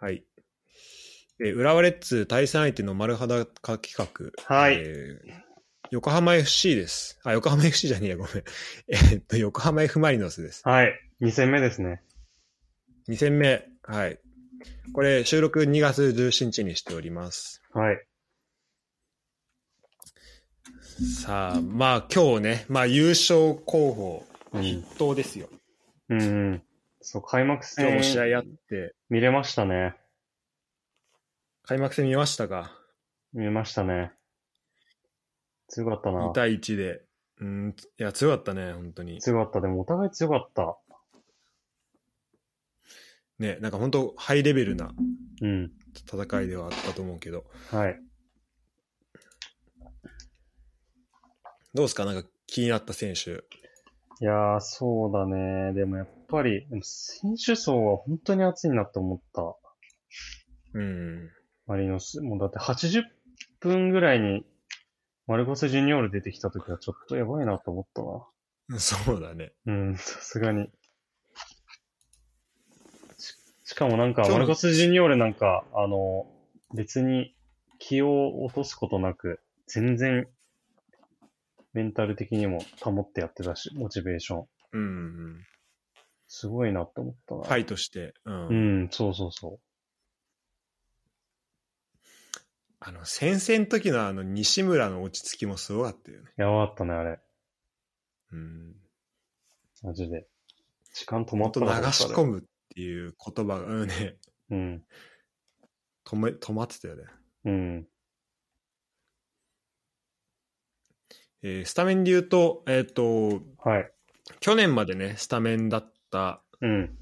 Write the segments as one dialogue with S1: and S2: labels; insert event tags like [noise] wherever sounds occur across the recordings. S1: はい。えー浦和レッズ対戦相手の丸裸企画。
S2: はい
S1: えー横浜 FC です。あ、横浜 FC じゃねえや、ごめん。 [laughs] えーっと、横浜 F ・マリノスです。
S2: はい。2戦目ですね。
S1: 2戦目。はい。これ、収録2月17日にしております。
S2: はい。
S1: さあ、まあ今日ね、まあ優勝候補
S2: うん。
S1: 等ですよ。
S2: うんうん。そう、開幕
S1: 今日
S2: 戦
S1: も試合あって、
S2: 見れましたね。
S1: 開幕戦見ましたか
S2: 見ましたね。強かった
S1: ?2
S2: な。
S1: 対1で。うん、いや、強かったね、本当に。
S2: 強かった。でもお互い強かった。
S1: ね、なんか本当ハイレベルな
S2: うん。
S1: 戦いではあったと思うけど。
S2: はい。
S1: どうですかなんか気になった選手。
S2: いやー、そうだね。でもやっぱり、でも選手層は本当に熱いなと思った。
S1: うん。
S2: マリノス。もうだって80分ぐらいに、マルコス・ジュニオール出てきた時はちょっとやばいなと思ったな。
S1: そうだね。
S2: うん、 [laughs] さすがに。ししかもなんか、
S1: 今日の
S2: マルコス・ジュニオールなんか、あの、別に気を落とすことなく、全然、メンタル的にも保ってやってたし、モチベーション。
S1: うんうん。
S2: すごいなって思ったな。
S1: ファイトして。うん。
S2: うん、そうそうそ
S1: あの、先々の時のあの、西村の落ち着きもすごかったよね。
S2: う。やばかったね、あれ。
S1: うん。
S2: マジで。時間止ま
S1: 本
S2: った
S1: 当流
S2: なと思った
S1: し込。むっていう言葉が、うんね、
S2: あれうん。
S1: 止め、止まってたよね。
S2: うん。
S1: えースタメンで言うと、えっ、と、
S2: はい。
S1: 去年までね、スタメンだった、
S2: うん。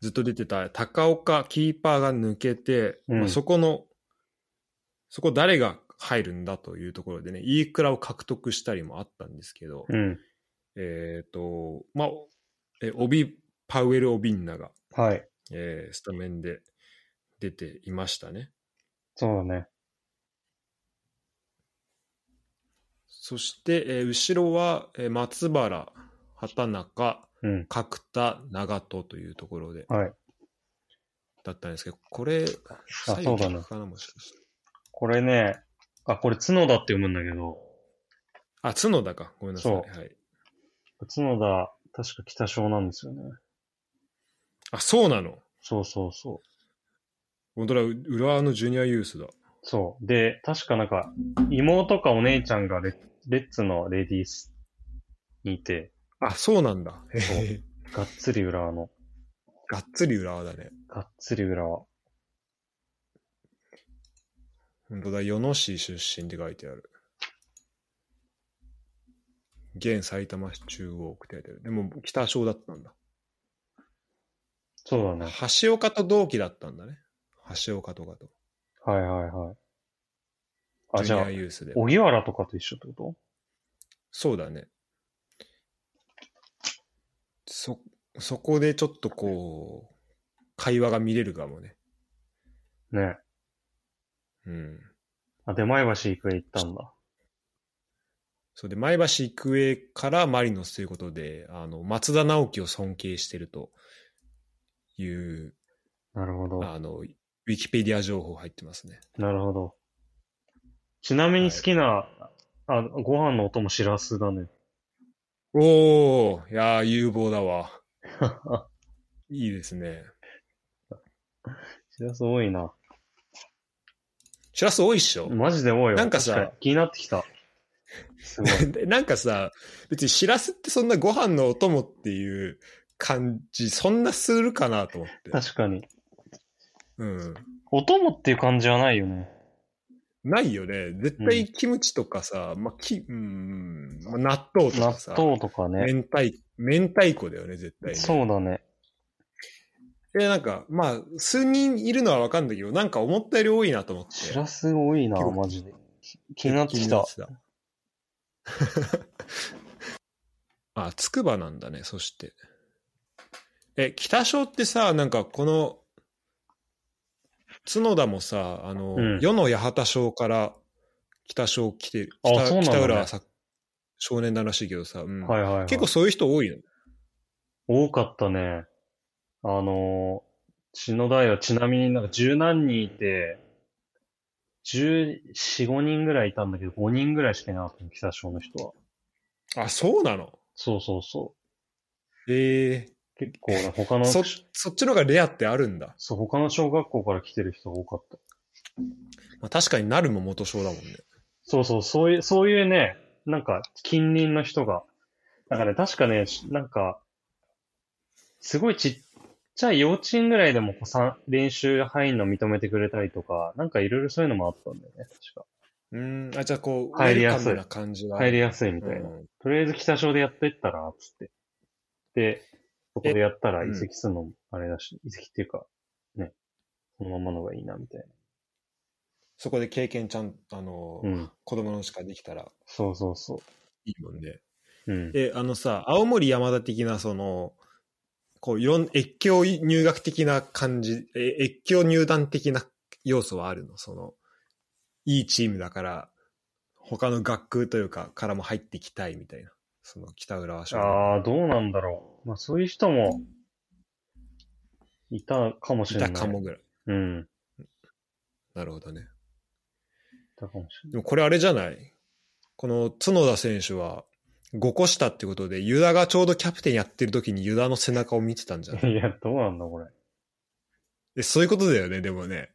S1: ずっと出てた高岡、キーパーが抜けて、
S2: うん
S1: まあ、そこの、そこ誰が入るんだというところでね、イークラを獲得したりもあったんですけど、
S2: うん。
S1: えっ、と、まあ、えオビ、パウエル・オビンナが、
S2: はい。
S1: えースタメンで出ていましたね。
S2: そうだね。
S1: そして、えー後ろは、えー松原、畑中、
S2: うん。
S1: 角田、長戸というところで、
S2: はい。
S1: だったんですけど、これ、
S2: あ
S1: 左
S2: そう
S1: 右
S2: だね
S1: 逆かな、もしかして。
S2: これね、あ、これ角田って読むんだけど、
S1: あ、角田か。ごめんなさい。
S2: そ
S1: はい、
S2: 角田、確か北小なんですよね。
S1: あ、そうなの。
S2: そうそうそ
S1: 本当だ、う浦和のジュニアユースだ。
S2: う。そう。で、確かなんか、妹かお姉ちゃんがレッレッツのレディースにいて、
S1: あ、そうなんだ。へ
S2: そう
S1: へ [laughs]
S2: がっつり浦和の、
S1: がっつり浦和だね。
S2: がっつり浦和。
S1: 本当だ、与野市出身って書いてある。現埼玉市中央区って書いてある。でも、北小だったんだ。
S2: そうだね。
S1: 橋岡と同期だったんだね。橋岡とかと。
S2: はいはいはい。あ、
S1: ジ
S2: じ
S1: ュニ
S2: ゃあ
S1: ア、ユースで。
S2: 荻原とかと一緒ってこ
S1: そうだね。そ、そこでちょっとこう、会話が見れるかもね。
S2: とね。
S1: うん。
S2: あ、で、前橋育英行ったんだ。
S1: そうで、前橋育英からマリノスということで、あの、松田直樹を尊敬してるという、
S2: なるほど。
S1: あの、ウィキペディア情報入ってますね。
S2: なるほど。ちなみに
S1: はい
S2: 好きな、あ、ご飯のお供しらすだね。 [laughs]
S1: おー、いやー、有望だわ。いいですね。
S2: しらす多いな。
S1: しらす多いっしょ、
S2: マジで多いわ。
S1: なんかさ
S2: 確に気になって
S1: [laughs]
S2: きた。すごい。
S1: でなんかさ、別にしらすってそんなご飯のお供っていう感じ、そんなするかなと思って。
S2: 確かに。
S1: うん。
S2: お供っていう感じはないよね。
S1: ないよね。絶対キムチとかさ、まあ、き、うん、まあ、納豆と
S2: 納
S1: かさ。
S2: 豆とかね。
S1: 明太、明太子だよね、絶対、ね。
S2: そうだね。
S1: で、なんか、まあ、数人いるのはわかんだけど、なんか思ったより多いなと思って。
S2: しらす多いな、
S1: 結構
S2: マジで。き気になってき
S1: 気
S2: た。
S1: になってた [laughs] あ、つくばなんだね、そして。え、北小ってさ、なんかこの、角田もさ、あの、
S2: うん
S1: 世の八幡小から北小来てる。
S2: あ
S1: 北
S2: そうなんだね
S1: 北浦さ少年団らしいけどさ、うん
S2: はいはい、はい。
S1: 結構そういう人多いよね。
S2: 多かったね。あの血の代はちなみになんか十何人いて、十四五人ぐらいいたんだけど、五人ぐらいしかいなかったの、北小の人は。
S1: あ、そうなの
S2: そうそうそ
S1: え
S2: う。結構な、他
S1: え
S2: の、
S1: そ、そっちの方がレアってあるんだ。
S2: そう、他の小学校から来てる人が多かった。
S1: まあ、確かになるも元小だもんね。
S2: そうそう、そういう、そういうね、なんか、近隣の人が。だからね、確かね、しなんか、すごいちっちゃい幼稚園ぐらいでもこうさ練習入んの認めてくれたりとか、なんかいろいろそういうのもあったんだよね、確
S1: うん。あ、じゃあこう、
S2: 入りやすい
S1: ウェルカムな感じは。
S2: か。入りやすいみたいな。
S1: うん
S2: とりあえず北小でやってったら、つって。で、そこでやったら
S1: え
S2: 移籍するのもあれだし、移籍っていうか、ね、そのままのがいいな、みたい
S1: そこで経験ちゃん、あの、
S2: な。うん。
S1: 子供のしかできたら
S2: そうそうそ
S1: いいもんね。
S2: う。うん。
S1: え、あのさ、青森山田的な、その、こう、いろん、越境入学的な感じ、え越境入団的な要素はあるのその、いいチームだから、他の学区というか、からも入ってきたいみたいな。その、北浦和小
S2: ああ、どうなんだろう。まあそういう人も、いたかもし
S1: い
S2: れない。
S1: たかもぐらい。
S2: うん。い
S1: なるほどね。
S2: たかもしれ
S1: でもこれあれじゃないこの角田選手は、5個下ってことで、ユダがちょうどキャプテンやってる時にユダの背中を見てたんじゃない
S2: ない。いや、どうなんだ、これ。
S1: でそういうことだよね、でもね。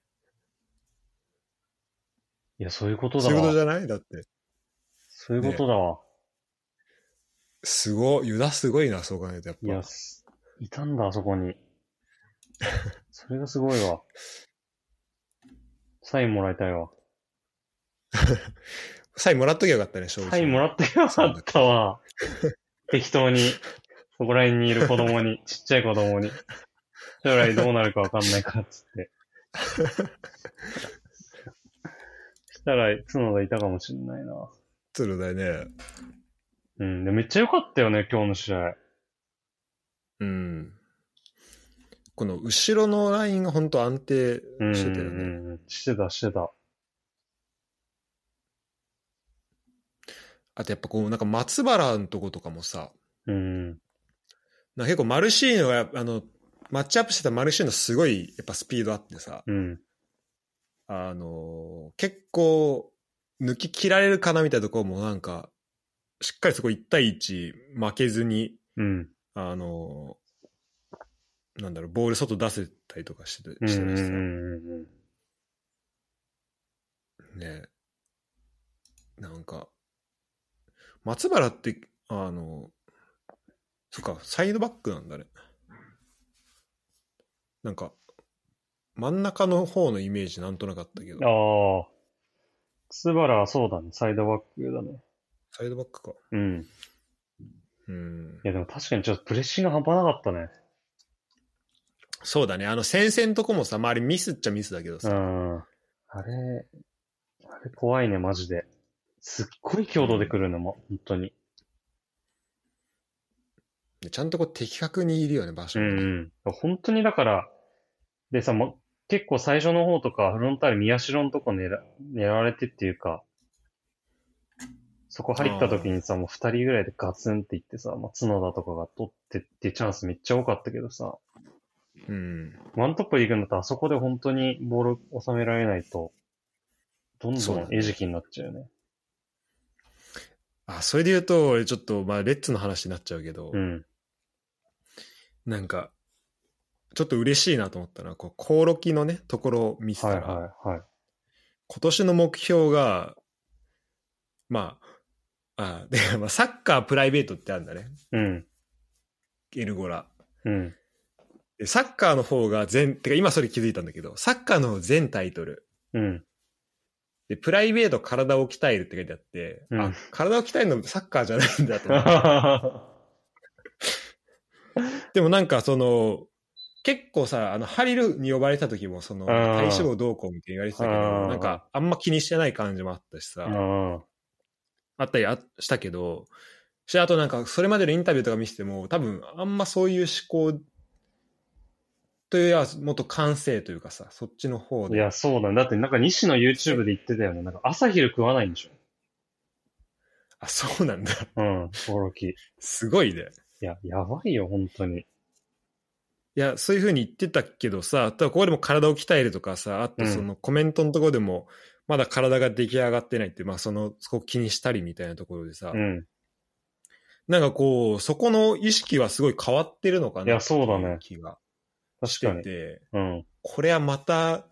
S2: いや、そういうこと
S1: そう
S2: だ
S1: いうことじ
S2: わ。
S1: ゃないだって。
S2: そういうことだわ。
S1: すごい、ユダすごいな、そう考えると、やっ
S2: いや、
S1: ぱ。
S2: すいたんだ、あそ
S1: [laughs]
S2: こに。それがすごいわ。サインもらいたいわ。
S1: サインもらっときゃよかったね、正直。
S2: サインもらってよかった
S1: [laughs]
S2: わ。適当に、そこら辺にいる子
S1: [laughs]
S2: 供に、ちっちゃい子供に、将来どうなるかわかんないからっ
S1: [laughs]
S2: つって。したら、角田いたかもしんないな。
S1: つるだよね。
S2: うん、でめっちゃ良かったよね、今日の試合。
S1: うん。この後ろのラインが本当安定
S2: うん、
S1: してたよね。
S2: うんうんしてた、してた。
S1: あとやっぱこう、なんか松原のとことかもさ、
S2: うん、
S1: なんか結構マルシーノが、あの、マッチアップしてたマルシーノすごいやっぱスピードあってさ、
S2: うん、
S1: あのー結構抜き切られるかなみたいなところもなんか、しっかりそこ1対1負けずに
S2: うん、
S1: あの、なんだろう、ボール外出せたりとかして
S2: う
S1: て
S2: ん、う
S1: し
S2: ん
S1: て
S2: う
S1: ましたね。
S2: んうん。
S1: なんか、松原って、あの、そっか、サイドバックなんだね。なんか、真ん中の方のイメージなんとなかったけど、
S2: ああ、スバラはそうだね、サイドバックだね。
S1: サイドバックか。
S2: うん。
S1: うん
S2: い。や、でも確かにちょっとプレッシング半端なかったね。
S1: そうだね。あの、先々とこもさ、まあ、あれミスっちゃミスだけど
S2: う
S1: さ、
S2: ん。あれ、あれ怖いね、マジで。すっごい強度で来るのも、本当に。
S1: でちゃんとこう的確にいるよね、場所
S2: う
S1: が。
S2: ん、うん。本当にだから、でさ、も結構最初の方とか、フロンターレ宮代のとこ狙狙われてっていうか、そこ入った時にさ、もう二人ぐらいでガツンっていってさ、まあ、角田とかが取ってっていうチャンスめっちゃ多かったけどさ、
S1: うん。
S2: ワントップで行くんだったら、あそこで本当にボール収められないと、どんど
S1: そうだ
S2: ん
S1: ね
S2: 餌食になっちゃうよね。
S1: あ、それで言うと、俺ちょっと、まあ、レッツの話になっちゃうけど、
S2: うん。
S1: なんか、ちょっと嬉しいなと思ったのは、こう、コロキのね、ところを見せた
S2: はい
S1: ら、
S2: はいはい。
S1: 今年の目標が、まあ、あ [laughs] で、まあ、サッカープライベートってあるんだね、
S2: うん。
S1: エルゴラ。
S2: うん。
S1: でサッカーの方が全、てか今それ気づいたんだけど、サッカーの方全タイトル。
S2: うん。
S1: で、プライベート体を鍛えるって書いてあって、
S2: うん
S1: あ、体を鍛えるのサッカーじゃないんだと思って。でもなんかその、結構さ、あの、ハリルに呼ばれた時も、その、
S2: ん
S1: 体脂肪どうこうみたいに言われてたけど、
S2: うん
S1: なんか、あんま気にしてない感じもあったしさ、
S2: あ
S1: あったりあしたけど、し、あとなんか、それまでのインタビューとか見てても、多分、あんまそういう思考、というよりは、もっと感性というかさ、そっちの方
S2: あ。い
S1: で。
S2: や、そうだね。だってなんか西の YouTube で言ってたよね。なんか朝昼食わないんでし
S1: あ、そうなんだ。
S2: ょ。うん。ボロキ。い
S1: すごいね。
S2: や、やばいよ、本当に。
S1: いや、そういうふうに言ってたけどさ、ただここでも体を鍛えるとかさ、あとそのコメントのところでも、まだ体が出来上がってないって、まあその、そこ気にしたりみたいなところでさ、
S2: うん。
S1: なんかこう、そこの意識はすごい変わってるのかな。
S2: いやそうだね
S1: ってい気が
S2: 確
S1: して
S2: かに。
S1: て、
S2: うん。
S1: これはまた、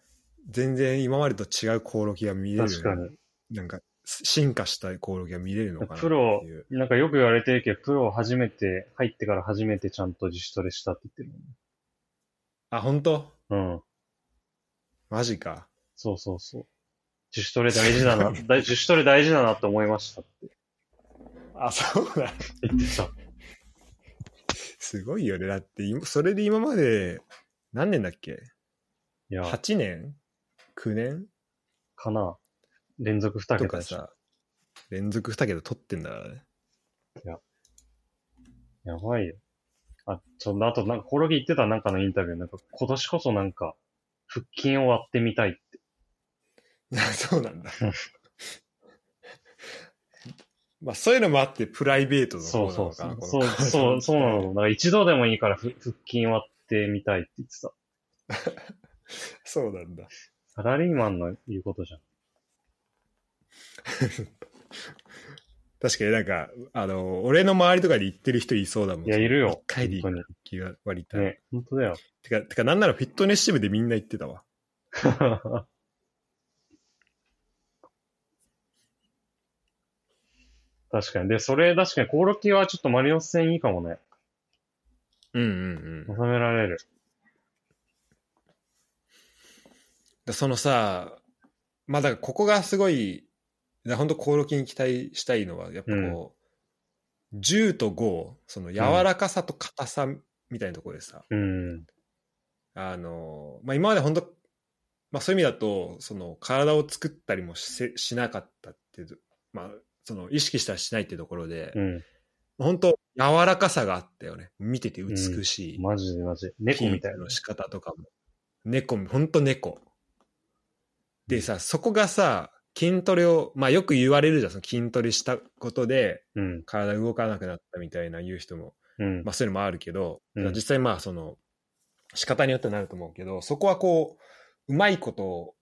S1: 全然今までと違うコオロギが見れる。
S2: 確かに。
S1: なんか、進化したコオロギが見れるのかなって
S2: プロ
S1: いう。
S2: なんかよく言われてるけど、プロを初めて、入ってから初めてちゃんと自主トレしたって言って
S1: あ、本当
S2: るもん。うん。
S1: マジか。
S2: そうそうそう。自主トレ大事だな、だ自主トレ大事だなって思いましたって
S1: あ、そうだ。
S2: 言ってた。
S1: すごいよね。だって、今それで今まで、何年だっけ
S2: いや、
S1: ?8 年 ?9 年
S2: かな。連続2
S1: と
S2: 桁
S1: か
S2: でしょ
S1: さ、連続2桁取ってんだからね。 [laughs]
S2: やばいよ。あ、ちょ、あと、なんか、コオロギ言ってたなんかのインタビュー、なんか、今年こそなんか、腹筋を割ってみたいって。
S1: そうなんだ。 [laughs] まあ、そういうのもあって、プライベートの
S2: そ
S1: 方
S2: う
S1: な
S2: そ
S1: の
S2: うそ
S1: かな
S2: う。。そう、そう、そうなの。なんか、一度でもいいからふ、腹筋割ってみたいって言ってた。
S1: [laughs] そうなんだ。
S2: サラリーマンの言うことじゃん。
S1: 確かになんか、あの、俺の周りとかで行ってる人いそうだもん。
S2: いや、いる
S1: 一
S2: よ。
S1: 回で
S2: 本
S1: 行
S2: 当
S1: く
S2: に。
S1: 気が割りたい。
S2: ね、本当だよ。
S1: てか、てか、なんならフィットネス支部でみんな行ってたわ。
S2: [laughs] 確かに。で、それ、確かに、コオロギはちょっとマリオス戦いいかもね。
S1: うんうんうん
S2: 収められる。
S1: で。そのさ、まあ、だからここがすごい、だ本当コオロキに期待したいのは、やっぱこう、10と5、その柔らかさと硬さみたいなところでさ、
S2: うん。
S1: あの、まあ、今まで本当、まあ、そういう意味だと、その体を作ったりもししなかったっていう、まあ、その意識したらしないっていうところで、
S2: うん。
S1: 本当柔らかさがあったよね。見てて美しい。
S2: マジでマジで。猫みた
S1: キー
S2: いな
S1: プの。仕方とかも。猫、本当猫。でさ、そこがさ、筋トレを、まあよく言われるじゃん、その筋トレしたことで
S2: うん。
S1: 体動かなくなったみたいな言う人も
S2: うん
S1: ま。あ、そういうのもあるけど、
S2: うん
S1: 実際まあその仕方によってなると思うけどそこはこううまいことを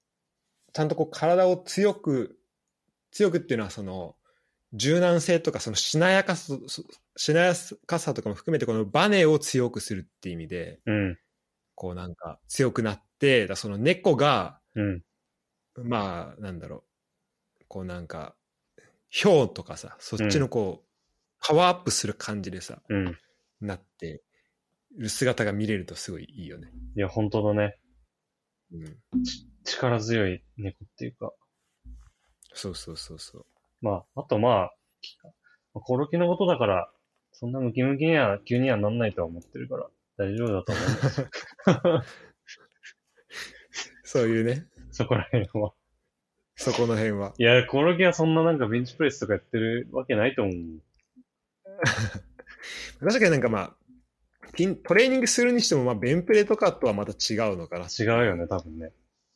S1: ちゃんとこう体を強く強くっていうのはその柔軟性とかそのしなやかさそしなやかさとかも含めてこのバネを強くするっていう意味で
S2: うん。
S1: こうなんか強くなってだからその猫が
S2: うん。
S1: まあなんだろうこうなんかひょうとかさそっちのこう、パワーアップする感じでさ
S2: うん。
S1: なってる姿が見れるとすごいいいよね。
S2: いや、本当だね。
S1: うん、
S2: 力強い猫っていうか。
S1: そうそうそうそう。
S2: まあ、あとまあ、コオロギのことだから、そんなムキムキには、急にはなんないとは思ってるから、大丈夫だと思
S1: [laughs] そういうね、
S2: う。そこら辺は。
S1: そこの辺は。
S2: いや、コオロギはそんななんかベンチプレスとかやってるわけないと思う。
S1: 確かになんかまあ、筋トレーニングするにしても、まあ、ベンプレとかとはまた違うのかな、
S2: 違うよね、多分ね。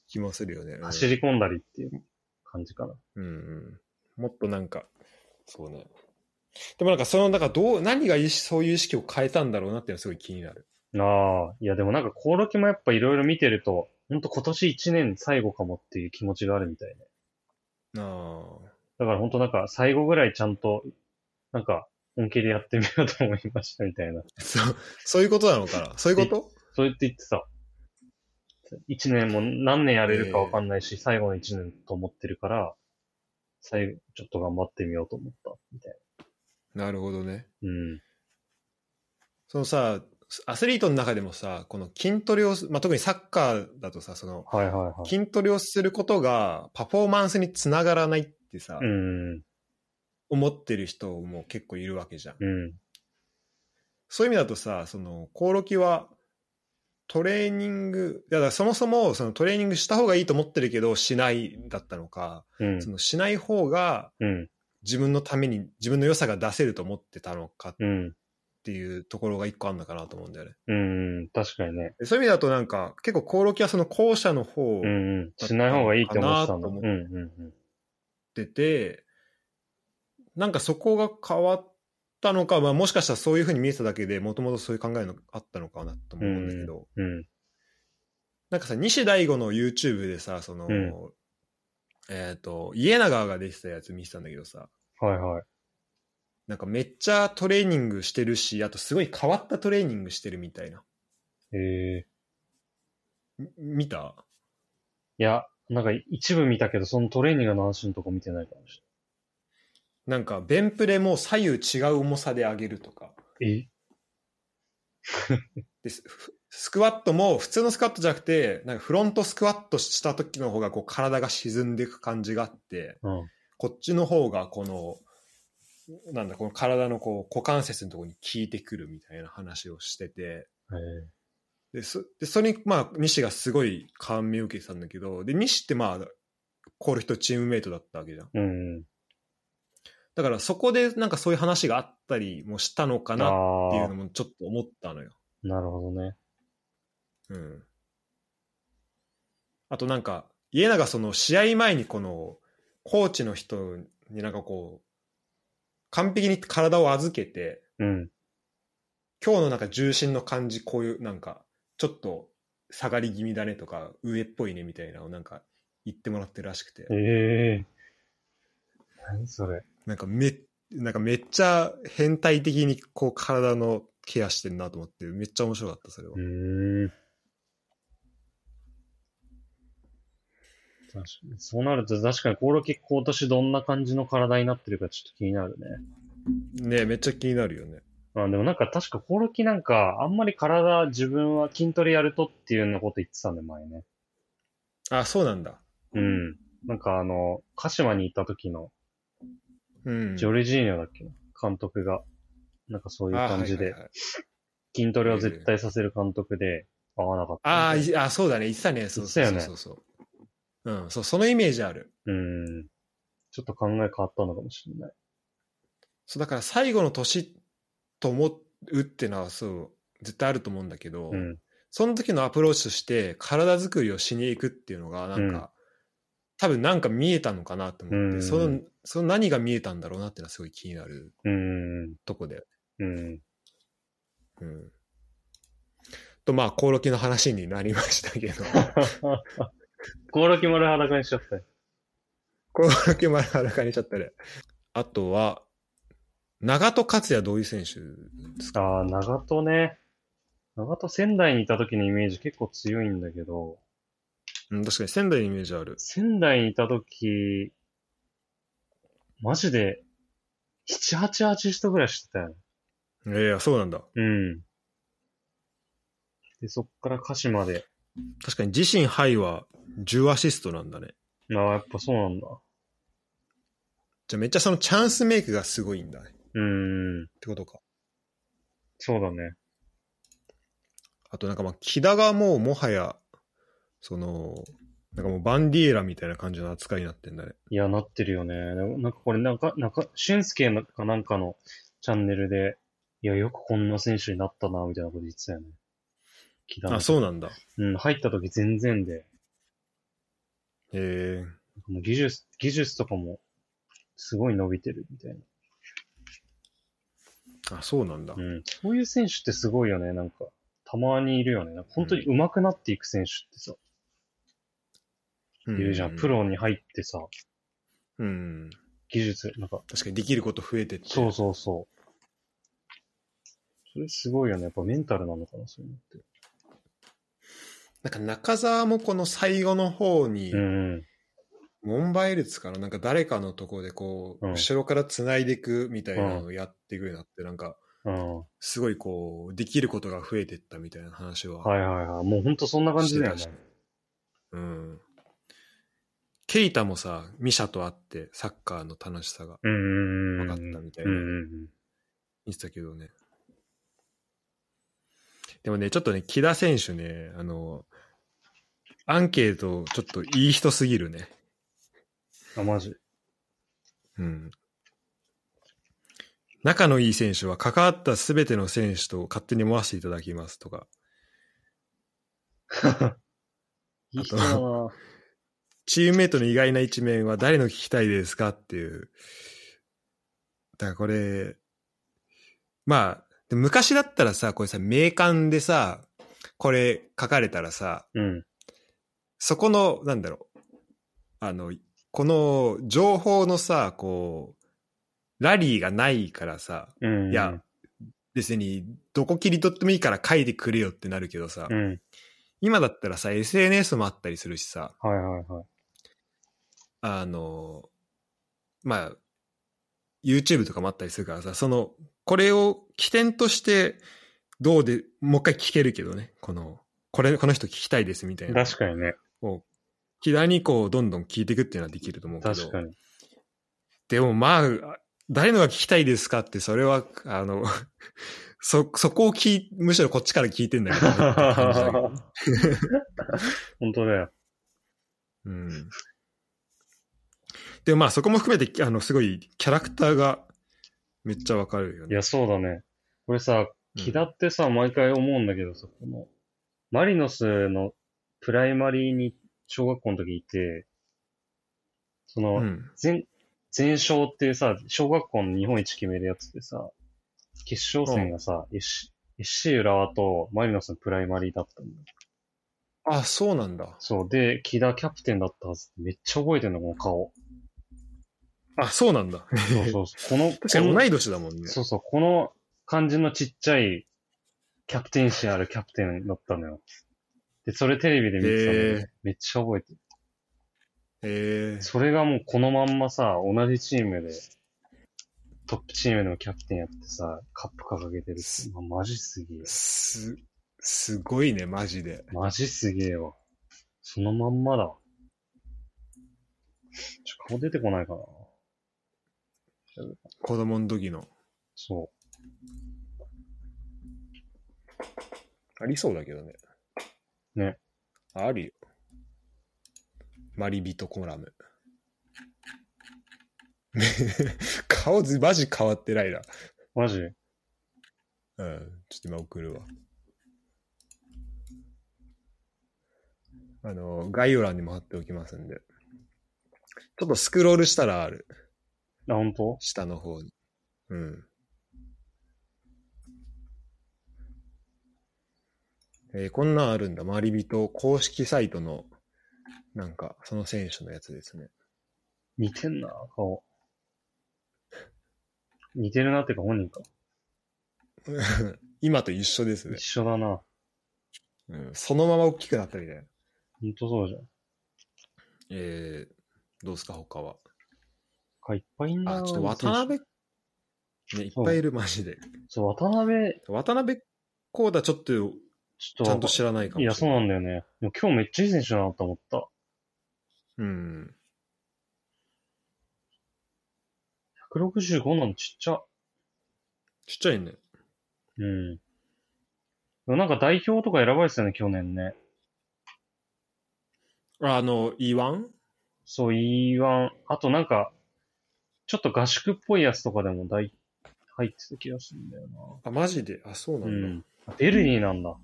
S1: 気もするよね。うん
S2: 走り込んだりっていう感じかな。
S1: うんうん。もっとなんか、そうね。でもなんかその、なんかどう、何がいそういう意識を変えたんだろうなっていうのはすごい気になる。
S2: ああ、いやでもなんかコオロギもやっぱいろいろ見てると、ほんと今年1年最後かもっていう気持ちがあるみたいね。
S1: ああ。
S2: だからほんとなんか最後ぐらいちゃんと、なんか本気でやってみようと思いましたみたいな。
S1: [laughs] そう、そういうことなのかなそういうこと
S2: そうやって言ってた。一年も何年やれるかわかんないし、最後の一年と思ってるから、最後、ちょっと頑張ってみようと思った、みたい
S1: なるほどね。
S2: な。うん。
S1: そのさ、アスリートの中でもさ、この筋トレをす、まあ、特にサッカーだとさ、その、
S2: はいはいはい。
S1: 筋トレをすることがパフォーマンスにつながらないってさ、
S2: うん。
S1: 思ってる人も結構いるわけじゃん。
S2: うん。
S1: そういう意味だとさ、その、コオロキは、トレーニング、いやだからそもそもそのトレーニングした方がいいと思ってるけど、しないだったのか、
S2: うん
S1: そ。のしない方が
S2: うん。
S1: 自分のために、自分の良さが出せると思ってたのかっ
S2: うん。
S1: ていうところが一個あるのかなと思うんだよね。
S2: うん。確かにね。
S1: でそういう意味だとなんか、結構コオロキはその後者の方、
S2: うん。うん。しない方がいいって思ってたんだ。
S1: かなと思っ
S2: うん。
S1: て
S2: うん。うん。
S1: ってて、なんかそこが変わったのか、まあ、もしかしたらそういうふうに見えただけでもともとそういう考えのあったのかなとも思うんだけど、
S2: うん。
S1: なんかさ、西大吾の YouTube でさ、その、
S2: うん
S1: えっ、と、家長が出てたやつ見てたんだけどさ、
S2: はいはい。
S1: なんかめっちゃトレーニングしてるし、あとすごい変わったトレーニングしてるみたいな。
S2: ええ
S1: み見た
S2: いや、なんか一部見たけど、そのトレーニングの話のとこ見てないかもし
S1: なんか、ベンプレも左右違う重さで上げるとか。
S2: れない。え
S1: でススクワットも普通のスクワットじゃなくて、なんかフロントスクワットした時の方がこう体が沈んでいく感じがあって、
S2: うん。
S1: こっちの方がこの、なんだ、この体のこう股関節のところに効いてくるみたいな話をしてて、
S2: え
S1: で、そでそれに、まあ、西がすごい感銘を受けてたんだけど、で、西ってまあ、コール人チームメイトだったわけじゃん。
S2: えうん。
S1: だからそこでなんかそういう話があったりもしたのかな
S2: あ
S1: っていう
S2: あ
S1: のもちょっと思ったのよ。
S2: ー、なるほどね。
S1: うん。あとなんか、家永その試合前にこの、コーチの人になんかこう、完璧に体を預けて、
S2: うん。
S1: 今日のなんか重心の感じ、こういうなんか、ちょっと下がり気味だねとか、上っぽいねみたいなのをなんか言ってもらってるらしくて
S2: え、え何それ。
S1: なんかめ、なんかめっちゃ変態的にこう体のケアしてんなと思って、めっちゃ面白かった、それは
S2: う。ーん。確かにそうなると、確かに、コオロキ今年どんな感じの体になってるかちょっと気になるね。
S1: ねえめっちゃ気になるよね。
S2: あでもなんか確かコオロキなんか、あんまり体、自分は筋トレやるとっていうようなこと言ってたんで、前ね。
S1: あ、そうなんだ。
S2: うん。なんかあの、鹿島に行った時の、
S1: うん。
S2: ジョルジーニョだっけな、監督が、なんかそういう
S1: あ
S2: 感じ
S1: はい
S2: で
S1: はい、はい
S2: 筋トレを絶対させる監督で、合わなかった。
S1: あーいあ、そうだね、言ってたね、そうそうそうそうそう。うん、そう、そのイメージある。
S2: うん。ちょっと考え変わったのかもしれない。
S1: そう、だから最後の年と思うってのは、そう、絶対あると思うんだけど、
S2: うん。
S1: その時のアプローチとして、体作りをしに行くっていうのが、なんか、
S2: うん
S1: 多分なんか見えたのかなと思って、
S2: うん
S1: その、その何が見えたんだろうなってのはすごい気になる
S2: うん。
S1: とこで。
S2: うん。
S1: うん。と、まあ、コオロキの話になりましたけ
S2: [laughs]
S1: ど、
S2: コオロキ丸裸にしちゃったよ。
S1: コオロキ丸裸にしちゃったね。あとは、長戸克也どういう選手ですか
S2: ああ、長戸ね。長戸仙台にいた時のイメージ結構強いんだけど、
S1: うん、確かに仙台のイメージある。
S2: 仙台にいた時、マジで、7、8アーティストぐらいしてたよね。
S1: いやいや、そうなんだ。
S2: うん。で、そっから鹿島で。
S1: 確かに自身ハイは10アシストなんだね。
S2: ああ、やっぱそうなんだ。
S1: じゃあめっちゃそのチャンスメイクがすごいんだね。っ
S2: うーん。
S1: てことか。
S2: そうだね。
S1: あとなんかまあ、木田がもうもはや、その、なんかもうバンディエラみたいな感じの扱いになってんだね。
S2: いや、なってるよね。でもなんかこれ、なんか、なんか、俊介のかなんかのチャンネルで、いや、よくこんな選手になったな、みたいなこと言ってたよね。木田の
S1: あ、そうなんだ。
S2: うん、入った時全然で、
S1: へえ。
S2: もう技術、技術とかも、すごい伸びてるみたいな。
S1: あ、そうなんだ
S2: う。ん。そういう選手ってすごいよね、なんか。たまにいるよね。なんか本当に上手くなっていく選手ってさ、いるじゃん。プ。ロに入ってさ、
S1: うん。
S2: 技術、なんか、
S1: 確かにできること増えてって。
S2: そうそうそう。それすごいよね。やっぱメンタルなのかな、そういうのって。
S1: なんか中澤もこの最後の方に、
S2: うんうん。
S1: モンバイルツかななんか誰かのところでこう、
S2: うん
S1: 後ろから繋いでいくみたいなのをやっていくようになって、なんか、
S2: うん。は
S1: すごいこう、できることが増えてったみたいな話はい
S2: はいはい。もうほんとそんな感じだよ
S1: し
S2: ね
S1: て。たしうん。ケイタもさ、ミシャと会って、サッカーの楽しさが
S2: うんうんうんう
S1: 分
S2: ん。
S1: かったみたい
S2: うん
S1: な、
S2: うんうん。
S1: 言ってたけどね。でもね、ちょっとね、木田選手ね、あの、アンケート、ちょっといい人すぎるね。
S2: あ、
S1: [laughs]
S2: マジ。
S1: うん。仲のいい選手は関わったすべての選手と勝手に思わせていただきますとか、
S2: いい人だな
S1: チームメイトの意外な一面は誰の聞きたいですかっていう。だからこれ、まあ、で昔だったらさ、これさ、名鑑でさ、これ書かれたらさ、
S2: うん。
S1: そこの、なんだろう、あの、この情報のさ、こう、ラリーがないからさ、
S2: うん。
S1: いや、別にどこ切り取ってもいいから書いてくれよってなるけどさ、
S2: うん。
S1: 今だったらさ、SNS もあったりするしさ、
S2: はいはいはい。
S1: あの、まあ、YouTube とかもあったりするからさ、その、これを起点として、どうで、もう一回聞けるけどね、この、これ、この人聞きたいですみたいな。
S2: 確かにね。
S1: を、左にこう、どんどん聞いていくっていうのはできると思うけど。
S2: 確かに。
S1: でもまあ、誰のが聞きたいですかって、それは、あの、 [laughs] そ、そこを聞い、むしろこっちから聞いてんだけどねって感じだけど。
S2: 本当だよ。
S1: うん。でもまあそこも含めて、あの、すごいキャラクターがめっちゃわかるよ
S2: い
S1: ね。
S2: や、そうだね。これさ、
S1: うん
S2: 木田ってさ、毎回思うんだけどさ、この、マリノスのプライマリーに小学校の時いて、その、
S1: うん。
S2: 全、全勝っていうさ、小学校の日本一決めるやつでさ、決勝戦がさ、FC FC 浦和とマリノスのプライマリーだったんだよ。
S1: あ、そうなんだ。
S2: そう。で、木田キャプテンだったはず。めっちゃ覚えてんの、この顔。
S1: あ、そうなんだ。
S2: そうそう
S1: [laughs]
S2: そう。この、
S1: 確かに
S2: この
S1: 同い年だもんね。
S2: そうそう、この感じのちっちゃいキャプテン心あるキャプテンだったのよ。で、それテレビで見てたのよ
S1: へー
S2: めっちゃ覚えてる。
S1: えー、
S2: それがもうこのまんまさ、同じチームで、トップチームのキャプテンやってさ、カップ掲げてるって。まマジすげえ。
S1: す、すごいね、マジで。
S2: マジすげえわ。そのまんまだわ。ちょ、顔出てこないかな。
S1: 子供の時の。
S2: そ
S1: ありそうだけどね。
S2: ね。
S1: あるよ。マリビトコラム。 [laughs] 顔ず、マジ変わってないな。
S2: う。マジ
S1: うん、ちょっと今送るわ。あの、概要欄にも貼っておきますんで。ちょっとスクロールしたらある。
S2: あ、本当？
S1: 下の方に。うん。えーこんなんあるんだ。マリビト公式サイトの、なんか、その選手のやつですね。 [laughs]
S2: 似てんな、顔。似てるなっていうか本人か。
S1: 今と一緒ですね
S2: 一。緒だな。
S1: うん、そのまま大きくなったみたいな。
S2: ほんとそうじゃん。
S1: えー、どうですか、他は。
S2: かいっぱいいんな
S1: あ、ちょっと渡辺、ね、いっぱいいる、マジで。
S2: そう、渡辺、
S1: 渡辺コーダちょっと
S2: ちょっと。
S1: ちゃんと知らないかもしれない。
S2: いや、そうなん
S1: だ。
S2: だよね。でも今日めっちゃいい選手だなと思った。
S1: うん。
S2: 165なのちっちゃ。
S1: ちっちゃいね。
S2: うん。でもなんか代表とか選ばれてたよね、去年ね。
S1: あの、E1?
S2: そう、E1。あとなんか、ちょっと合宿っぽいやつとかでも代入ってた気がするんだよ
S1: あ、マジで。あ、そうな
S2: な。うん
S1: だ。
S2: ん。ベルディなんだ。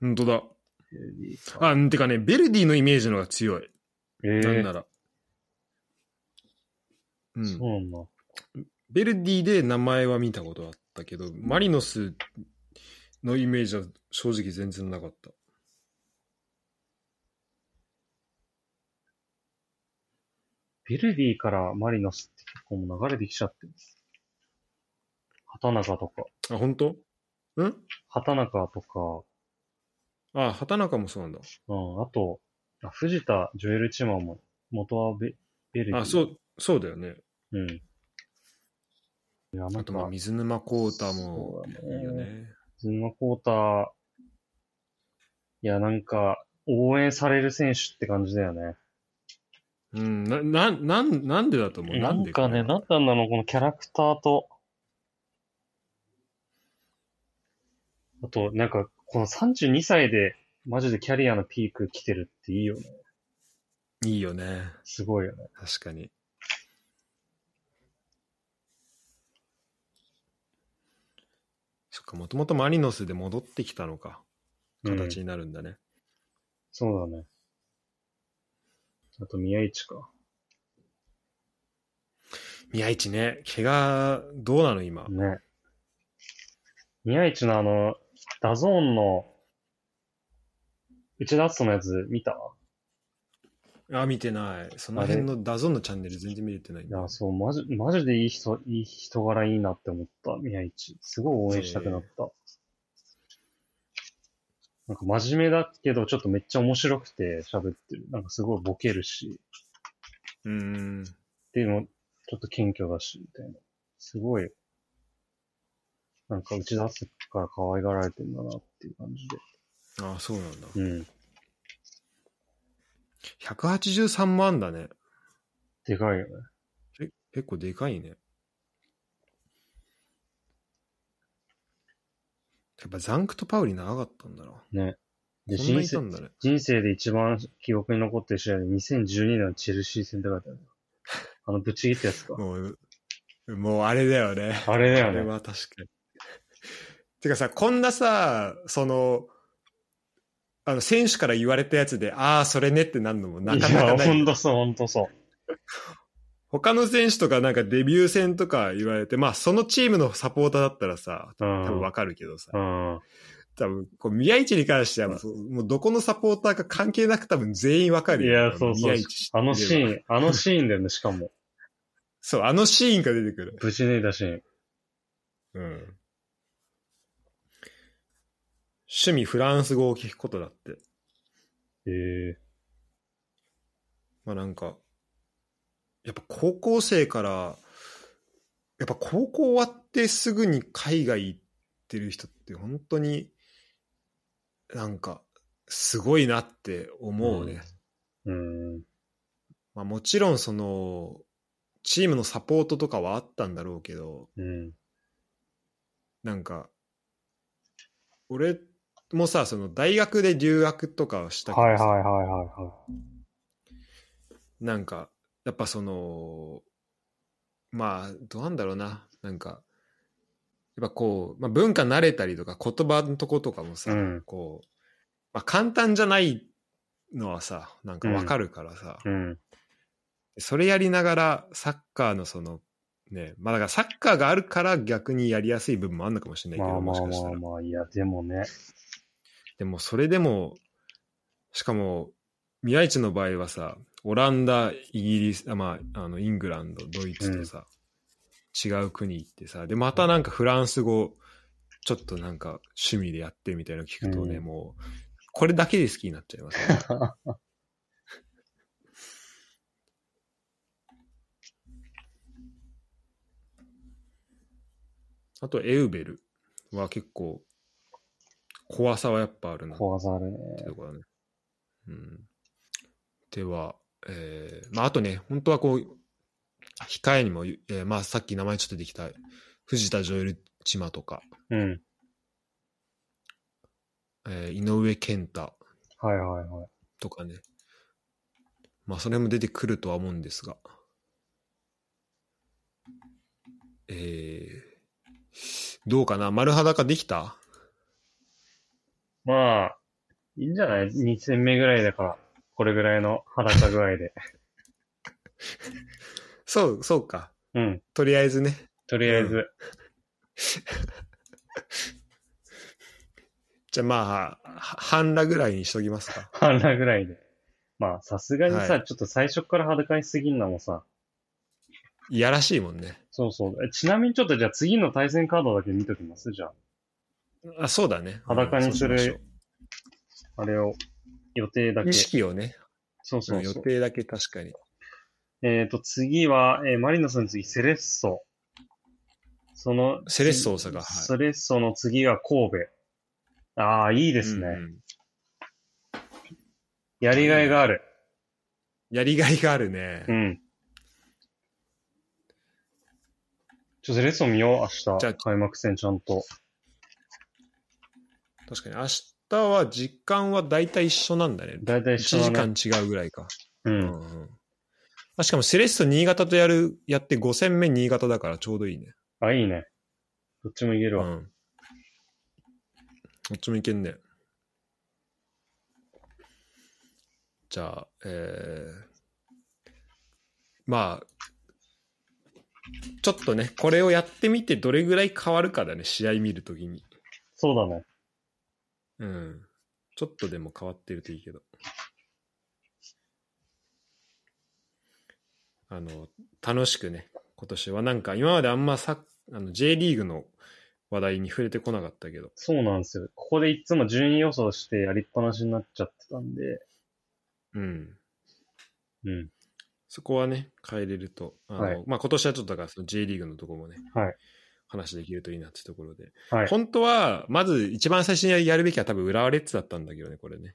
S1: ほんとだ。
S2: ベルディか。
S1: あ、んてかね、ベルディのイメージの方が強い。
S2: え
S1: なん
S2: ー
S1: なら。う
S2: そ
S1: ん。
S2: うなんだ。
S1: ベルディで名前は見たことあったけど、マリノスのイメージは正直全然なかった。
S2: ベルディからマリノスって結構もう流れてきちゃってる。畑中とか、
S1: あ、本当？ん
S2: 畑中とか、
S1: あ、畑中もそうなんだ。
S2: うん、あと、あ藤田、ジョエル・チマも、元はベベルディ。
S1: あ、そう、そうだよね。
S2: う。うん。いや、な
S1: あ
S2: ん
S1: と、まあ、
S2: か、
S1: 水沼コータも
S2: そうだね
S1: いいよね。
S2: ズンマコーター、いや、なんか、応援される選手って感じだよね。
S1: うん、な、な、なん、なんでだと思う
S2: なん
S1: で
S2: かね、なんなんだろう、このキャラクターと、あと、なんか、この32歳で、マジでキャリアのピーク来てるっていいよね。
S1: いいよね。
S2: すごいよね。
S1: 確かに。そっか、もともとマリノスで戻ってきたのか。形
S2: うん
S1: になるんだね。
S2: そうだね。あと、宮市か。
S1: 宮市ね、怪我、どうなの今。
S2: ね。宮市のあの、ダゾーンの、内田篤人のやつ見た
S1: あ、見てない。その辺のダゾンのチャンネル全然見れてないん
S2: い
S1: だ。
S2: や、そう、マジ、マジでいい人、いい人柄いいなって思った、宮市。すごい応援したくなった。なんか真面目だけど、ちょっとめっちゃ面白くて喋ってる。なんかすごいボケるし、
S1: うーん。
S2: でも、ちょっと謙虚だし、みたいな。すごい、なんか打ち出すから可愛がられてんだなっていう感じで。
S1: あ、そうなんだ。
S2: うん。
S1: 183万だね。
S2: でかいよね。
S1: え結構でかいね。やっぱザンクとパウリ長かったんだな。
S2: で、
S1: そんな
S2: 人
S1: いたん
S2: 生、
S1: だね。
S2: 人生で一番記憶に残ってる試合で2012年のチェルシー戦って書いてある。あの、ぶち切ったやつか。
S1: もう、もうあれだよね。
S2: [laughs] あれだ
S1: あれ
S2: よね。
S1: は確かに。 [laughs] てかさ、こんなさ、その、あの、選手から言われたやつで、ああ、それねってなるのもなか
S2: い
S1: なか
S2: や、
S1: な
S2: ほ
S1: い
S2: ん。とそう、ほんとそう。
S1: 他の選手とかなんかデビュー戦とか言われて、まあそのチームのサポーターだったらさ、
S2: う
S1: 多
S2: ん。
S1: 分わかるけどさ、
S2: うん。
S1: 多分こう宮市に関してはもうそう、もうどこのサポーターか関係なく多分全員わかる
S2: い
S1: よ
S2: や、そうそう
S1: 宮市。
S2: あのシ
S1: ン。
S2: ーン、あのシーンだよね、しかも。
S1: そう、あのシーンが出てくる。
S2: ぶち抜いたシーン。
S1: うん。趣味フランス語を聞くことだって。
S2: え
S1: まあなんか、やっぱ高校生から、やっぱ高校終わってすぐに海外行ってる人って本当になんかすごいなって思うね。
S2: うんえうん。
S1: まあもちろんそのチームのサポートとかはあったんだろうけど、
S2: うん。
S1: なんか、俺もさ、その大学で留学とかしたけ
S2: はいはい
S1: ど
S2: は
S1: さ
S2: いはいは
S1: なんか、やっぱその、まあ、どうなんだろうな。なんか、やっぱこう、まあ、文化慣れたりとか言葉のとことかもさ、
S2: うん
S1: こう、まあ、簡単じゃないのはさ、なんかわかるからさ、
S2: い。うん。
S1: それやりながらサッカーのその、ね、まあだからサッカーがあるから逆にやりやすい部分もあるのかもしれないけ
S2: ま
S1: ど、
S2: あ
S1: も
S2: ま
S1: し
S2: あ
S1: か
S2: ま
S1: したら
S2: あ。まあ、いや、でも [laughs] ね。
S1: でもそれでも、しかも、宮市の場合はさ、オランダ、イギリス、あまあ、あのイングランド、ドイツとさ、違う国行ってさ、で、またなんかフランス語、ちょっとなんか趣味でやってみたいなの聞くとね、
S2: うん
S1: もう、これだけで好きになっちゃいます、ね。あと、エウベルは結構、怖さはやっぱあるな
S2: 怖さあるね。
S1: ってとこだね。うん。では、えー、まあ、あとね、本当はこう、控えにも、えーまあ、さっき名前ちょっと出てきた、藤田ジョエル・チマとか、
S2: うん。
S1: えー井上健太
S2: はいはいはい。
S1: とかね。まあ、それも出てくるとは思うんですが。えー、どうかな丸裸できた
S2: まあ、いいんじゃない ?2 戦目ぐらいだから、これぐらいの裸具合で。
S1: そう、そうか。
S2: うん。
S1: とりあえずね。
S2: とりあえず、
S1: じゃあまあ、は半裸ぐらいにしときますか。
S2: 裸ぐらいで。まあ、さすがにさ、
S1: は
S2: ちょっと最初から裸にすぎんのもさ、
S1: いやらしいもんね。
S2: そうそう。えちなみにちょっとじゃあ次の対戦カードだけ見ときますじゃあ、
S1: あ、そうだね。
S2: 裸にする
S1: うんそうしましょ
S2: あれを、予定だ
S1: う
S2: け。
S1: 意識をね、
S2: そうそう
S1: 予
S2: そう。
S1: 定だけ確かに。
S2: えっ、と、次は、えーマリノスの次、セレッソ。その、
S1: セレッソ大阪はい
S2: セレッソの次が神戸。ああ、いいで
S1: です
S2: ね。やりがいがある。
S1: やりがいがあるね。
S2: うん。ちょ、セレッソ見よう、明日。
S1: じゃあ
S2: 開幕戦ちゃんと。
S1: 確かに。明日は時間は大体一緒なんだね。
S2: だいたい一緒だね。
S1: 1時間違うぐらいか。
S2: うん。
S1: うんうんあしかもセレッソ新潟とやる、やって5戦目新潟だからちょうどいいね。
S2: あ、いいね。どっちもいけ
S1: う
S2: るわ。
S1: ん。どっちもいけんね。じゃあ、えー、まあ、ちょっとね、これをやってみてどれぐらい変わるかだね、試合見るときに。
S2: そうだね。
S1: うん。ちょっとでも変わってるといいけど。あの、楽しくね、今年はなんか今まであんまさあの J リーグの話題に触れてこなかったけど、
S2: そうなんですよ。ここでいつも順位予想してやりっぱなしになっちゃってたんで。
S1: うん。
S2: うん。 [laughs]
S1: そこはね、変えれると。あの
S2: はい
S1: まあ、今年はちょっとだからその J リーグのとこもね、
S2: はい
S1: 話できるといいなってところで。
S2: はい。
S1: 本当は、まず一番最初にやるべきは多分浦和レッズだったんだけどね、これね。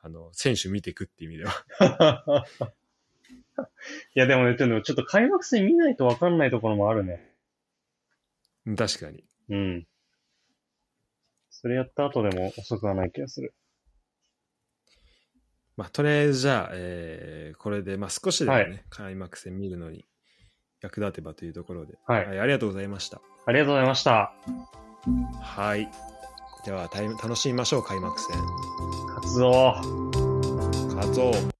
S1: あの、選手見ていくっていう意味では。 [laughs]
S2: いや、でもね、ちょっとちょっと開幕戦見ないとわかんないところもあるね。
S1: うん確かに。
S2: うん。それやった後でも遅くはない気がする。
S1: まあ、とりあえずじゃあ、えーこれで、まあ、少しでもね、
S2: は
S1: 開幕戦見るのに役立てばというところで、
S2: はい。
S1: はい、ありがとうございました。
S2: ありがとうございました。
S1: はい。では、タイム楽しみましょう、開幕戦。
S2: 活動。
S1: カツオ。